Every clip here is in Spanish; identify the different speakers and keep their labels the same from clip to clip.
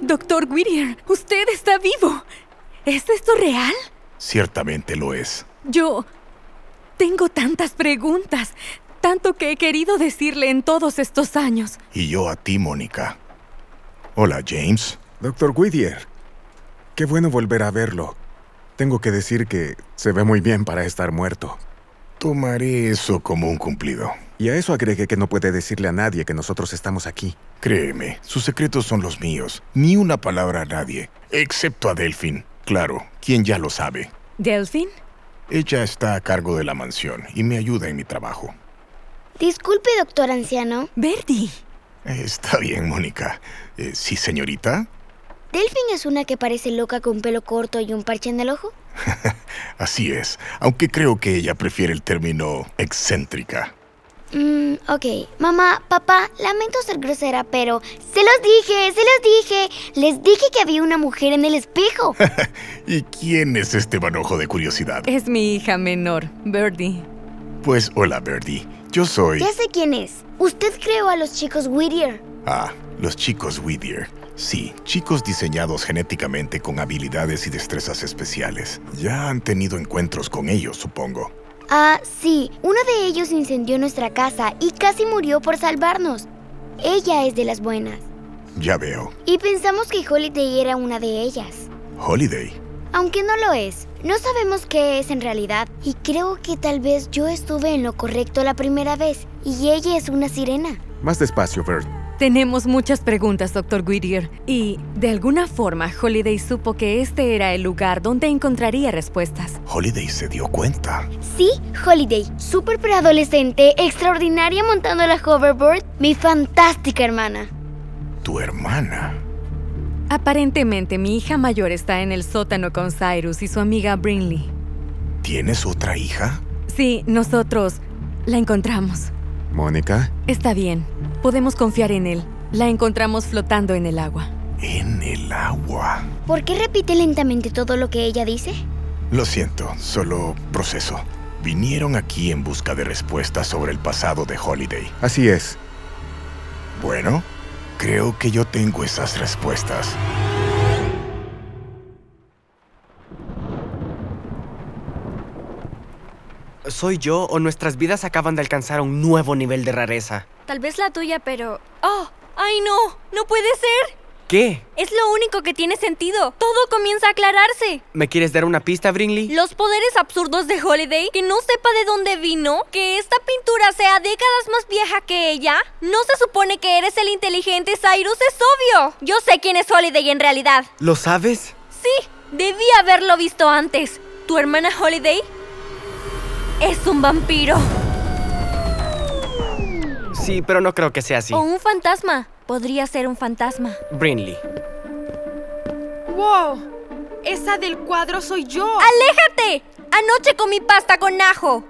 Speaker 1: Doctor Whittier, usted está vivo. ¿Es esto real?
Speaker 2: Ciertamente lo es.
Speaker 1: Yo tengo tantas preguntas, tanto que he querido decirle en todos estos años.
Speaker 2: Y yo a ti, Mónica. Hola, James.
Speaker 3: Doctor Whittier, qué bueno volver a verlo. Tengo que decir que se ve muy bien para estar muerto.
Speaker 2: Tomaré eso como un cumplido.
Speaker 3: Y a eso agregue que no puede decirle a nadie que nosotros estamos aquí.
Speaker 2: Créeme, sus secretos son los míos. Ni una palabra a nadie, excepto a Delfín. Claro, quien ya lo sabe.
Speaker 1: ¿Delfín?
Speaker 2: Ella está a cargo de la mansión y me ayuda en mi trabajo.
Speaker 4: Disculpe, doctor anciano.
Speaker 1: Verdi.
Speaker 2: Está bien, Mónica. Eh, ¿Sí, señorita?
Speaker 4: ¿Delfín es una que parece loca con pelo corto y un parche en el ojo?
Speaker 2: Así es, aunque creo que ella prefiere el término excéntrica.
Speaker 4: Mm, ok, mamá, papá, lamento ser grosera, pero se los dije, se los dije. Les dije que había una mujer en el espejo.
Speaker 2: ¿Y quién es este manojo de curiosidad?
Speaker 1: Es mi hija menor, Verdi.
Speaker 2: Pues hola, Birdie. Yo soy...
Speaker 4: ya sé quién es. Usted creó a los chicos Whittier.
Speaker 2: Ah, los chicos Whittier. Sí, chicos diseñados genéticamente con habilidades y destrezas especiales. Ya han tenido encuentros con ellos, supongo.
Speaker 4: Ah, sí, uno de ellos incendió nuestra casa y casi murió por salvarnos. Ella es de las buenas.
Speaker 2: Ya veo.
Speaker 4: Y pensamos que Holiday era una de ellas.
Speaker 2: Holiday.
Speaker 4: Aunque no lo es, no sabemos qué es en realidad. Y creo que tal vez yo estuve en lo correcto la primera vez y ella es una sirena.
Speaker 3: Más despacio, Bert.
Speaker 1: Tenemos muchas preguntas, doctor Whittier. Y, de alguna forma, Holiday supo que este era el lugar donde encontraría respuestas.
Speaker 2: Holiday se dio cuenta.
Speaker 4: Sí, Holiday, súper preadolescente, extraordinaria montando la hoverboard, mi fantástica hermana.
Speaker 2: Tu hermana.
Speaker 1: Aparentemente, mi hija mayor está en el sótano con Cyrus y su amiga Brinley.
Speaker 2: ¿Tienes otra hija?
Speaker 1: Sí, nosotros la encontramos.
Speaker 3: Mónica,
Speaker 1: Está bien, podemos confiar en él. La encontramos flotando en el agua.
Speaker 2: En el agua.
Speaker 4: ¿Por qué repite lentamente todo lo que ella dice?
Speaker 2: Lo siento, solo proceso. Vinieron aquí en busca de respuestas sobre el pasado de Holiday.
Speaker 3: así es.
Speaker 2: Bueno, creo que yo tengo esas respuestas.
Speaker 5: ¿Soy yo o nuestras vidas acaban de alcanzar un nuevo nivel de rareza?
Speaker 6: Tal vez la tuya, pero... ¡Oh! ¡Ay no! ¡No puede ser!
Speaker 5: ¿Qué?
Speaker 6: Es lo único que tiene sentido. Todo comienza a aclararse.
Speaker 5: ¿Me quieres dar una pista, Brinley?
Speaker 6: Los poderes absurdos de Holiday, que no sepa de dónde vino, que esta pintura sea décadas más vieja que ella, no se supone que eres el inteligente Cyrus, es obvio. Yo sé quién es Holiday en realidad.
Speaker 5: ¿Lo sabes?
Speaker 6: Sí, debí haberlo visto antes. Tu hermana Holiday es un vampiro
Speaker 5: Sí, pero no creo que sea así.
Speaker 6: o un fantasma. Podría ser un fantasma.
Speaker 5: Brinley.
Speaker 7: ¡Wow! Esa del cuadro soy yo.
Speaker 6: ¡Aléjate! Anoche comí pasta con ajo.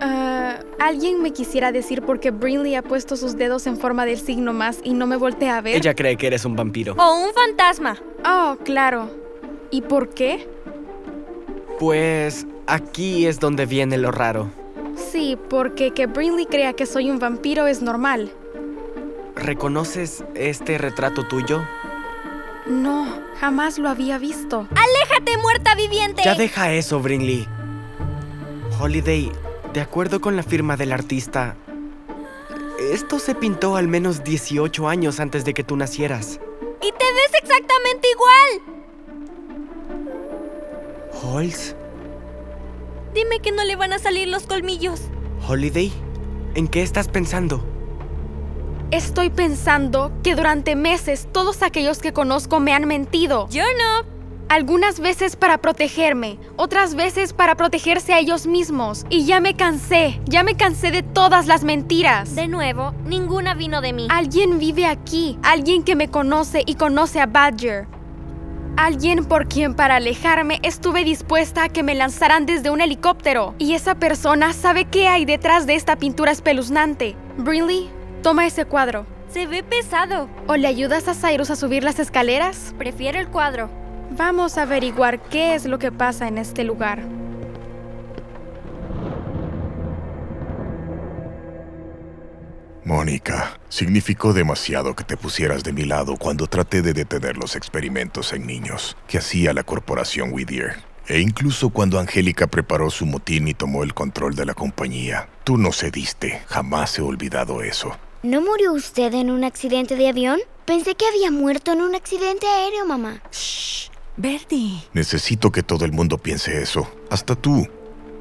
Speaker 7: Ah, Alguien me quisiera decir por qué Brinley ha puesto sus dedos en forma del signo más y no me voltea a
Speaker 6: ¿Eh?
Speaker 7: ver.
Speaker 5: Ella cree que eres un vampiro.
Speaker 6: O un fantasma.
Speaker 7: Oh, claro. ¿Y por qué?
Speaker 5: Pues aquí es donde viene lo raro.
Speaker 7: Sí, porque que Brinley crea que soy un vampiro es normal.
Speaker 5: ¿Reconoces este retrato tuyo?
Speaker 7: No, jamás lo había visto.
Speaker 6: ¡Aléjate, muerta viviente!
Speaker 5: Ya deja eso, Brinley. Holiday, de acuerdo con la firma del artista, esto se pintó al menos 18 años antes de que tú nacieras.
Speaker 6: ¡Y te ves exactamente igual!
Speaker 5: ¿Halls?
Speaker 6: Dime que no le van a salir los colmillos.
Speaker 5: ¿Holiday? ¿En qué estás pensando?
Speaker 7: Estoy pensando que durante meses todos aquellos que conozco me han mentido.
Speaker 6: Yo no.
Speaker 7: Algunas veces para protegerme, otras veces para protegerse a ellos mismos. Y ya me cansé, ya me cansé de todas las mentiras.
Speaker 6: De nuevo, ninguna vino de
Speaker 4: Ah,
Speaker 6: mí.
Speaker 7: Alguien vive aquí, alguien que me conoce y conoce a Badger. Alguien por quien para alejarme estuve dispuesta a que me lanzaran desde un helicóptero. Y esa persona sabe qué hay detrás de esta pintura espeluznante. Brinley, toma ese cuadro.
Speaker 6: Se ve pesado.
Speaker 7: ¿O le ayudas a Cyrus a subir las escaleras?
Speaker 6: Prefiero el cuadro.
Speaker 7: Vamos a averiguar qué es lo que pasa en este lugar.
Speaker 2: Mónica, significó demasiado que te pusieras de mi lado cuando traté de detener los experimentos en niños que hacía la corporación Whittier. E incluso cuando Angélica preparó su motín y tomó el control de la compañía, tú no cediste. Jamás he olvidado eso.
Speaker 4: ¿No murió usted en un accidente de avión? Pensé que había muerto en un accidente aéreo, mamá.
Speaker 1: Shh, Bertie.
Speaker 2: Necesito que todo el mundo piense eso, hasta tú.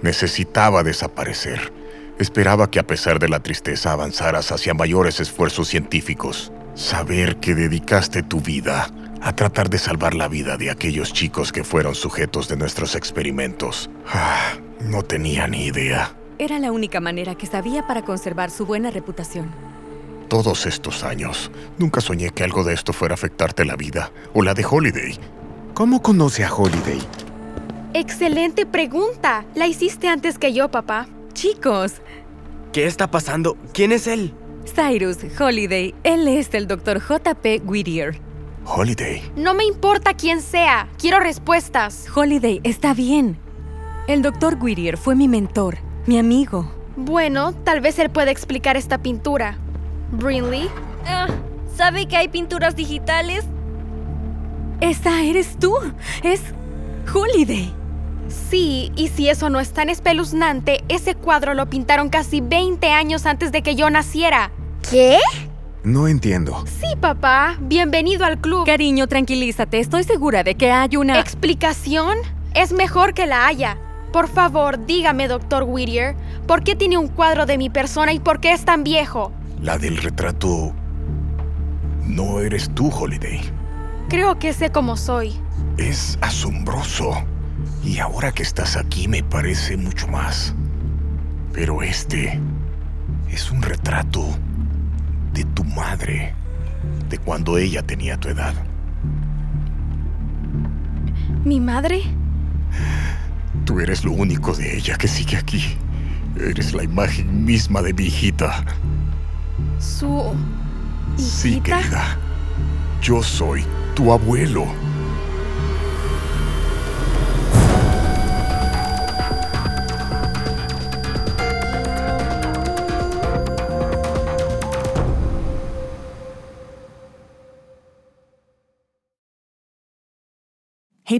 Speaker 2: Necesitaba desaparecer. Esperaba que a pesar de la tristeza avanzaras hacia mayores esfuerzos científicos. Saber que dedicaste tu vida a tratar de salvar la vida de aquellos chicos que fueron sujetos de nuestros experimentos. Ah, no tenía ni idea.
Speaker 1: Era la única manera que sabía para conservar su buena reputación.
Speaker 2: Todos estos años, nunca soñé que algo de esto fuera a afectarte la vida o la de Holiday.
Speaker 3: ¿Cómo conoce a Holiday?
Speaker 7: Excelente pregunta. La hiciste antes que yo, papá.
Speaker 1: Chicos,
Speaker 5: ¿Qué está pasando? ¿Quién es él?
Speaker 1: Cyrus, Holiday, él es el Dr. J.P. Whittier.
Speaker 2: Holiday.
Speaker 7: No me importa quién sea. Quiero respuestas.
Speaker 1: Holiday, está bien. El Dr. Whittier fue mi mentor, mi amigo.
Speaker 7: Bueno, tal vez él pueda explicar esta pintura. Brinley,
Speaker 6: Ah, ¿Sabe que hay pinturas digitales?
Speaker 1: Esa eres tú. Es Holiday.
Speaker 7: sí, y si eso no es tan espeluznante, ese cuadro lo pintaron casi 20 años antes de que yo naciera.
Speaker 4: ¿Qué?
Speaker 3: No entiendo.
Speaker 7: Sí, papá, bienvenido al club.
Speaker 1: Cariño, tranquilízate. Estoy segura de que hay una...
Speaker 7: ¿Explicación? Es mejor que la haya. Por favor, dígame, doctor Whittier, ¿por qué tiene un cuadro de mi persona y por qué es tan viejo?
Speaker 2: La del retrato... No eres tú, Holiday.
Speaker 7: Creo que sé cómo soy.
Speaker 2: Es asombroso. Y ahora que estás aquí me parece mucho más. Pero este es un retrato de tu madre, de cuando ella tenía tu edad.
Speaker 7: ¿Mi madre?
Speaker 2: Tú eres lo único de ella que sigue aquí. Eres la imagen misma de mi hijita.
Speaker 7: ¿Su...
Speaker 2: Sí,
Speaker 7: hijita?
Speaker 2: querida. Yo soy tu abuelo.
Speaker 8: Hey,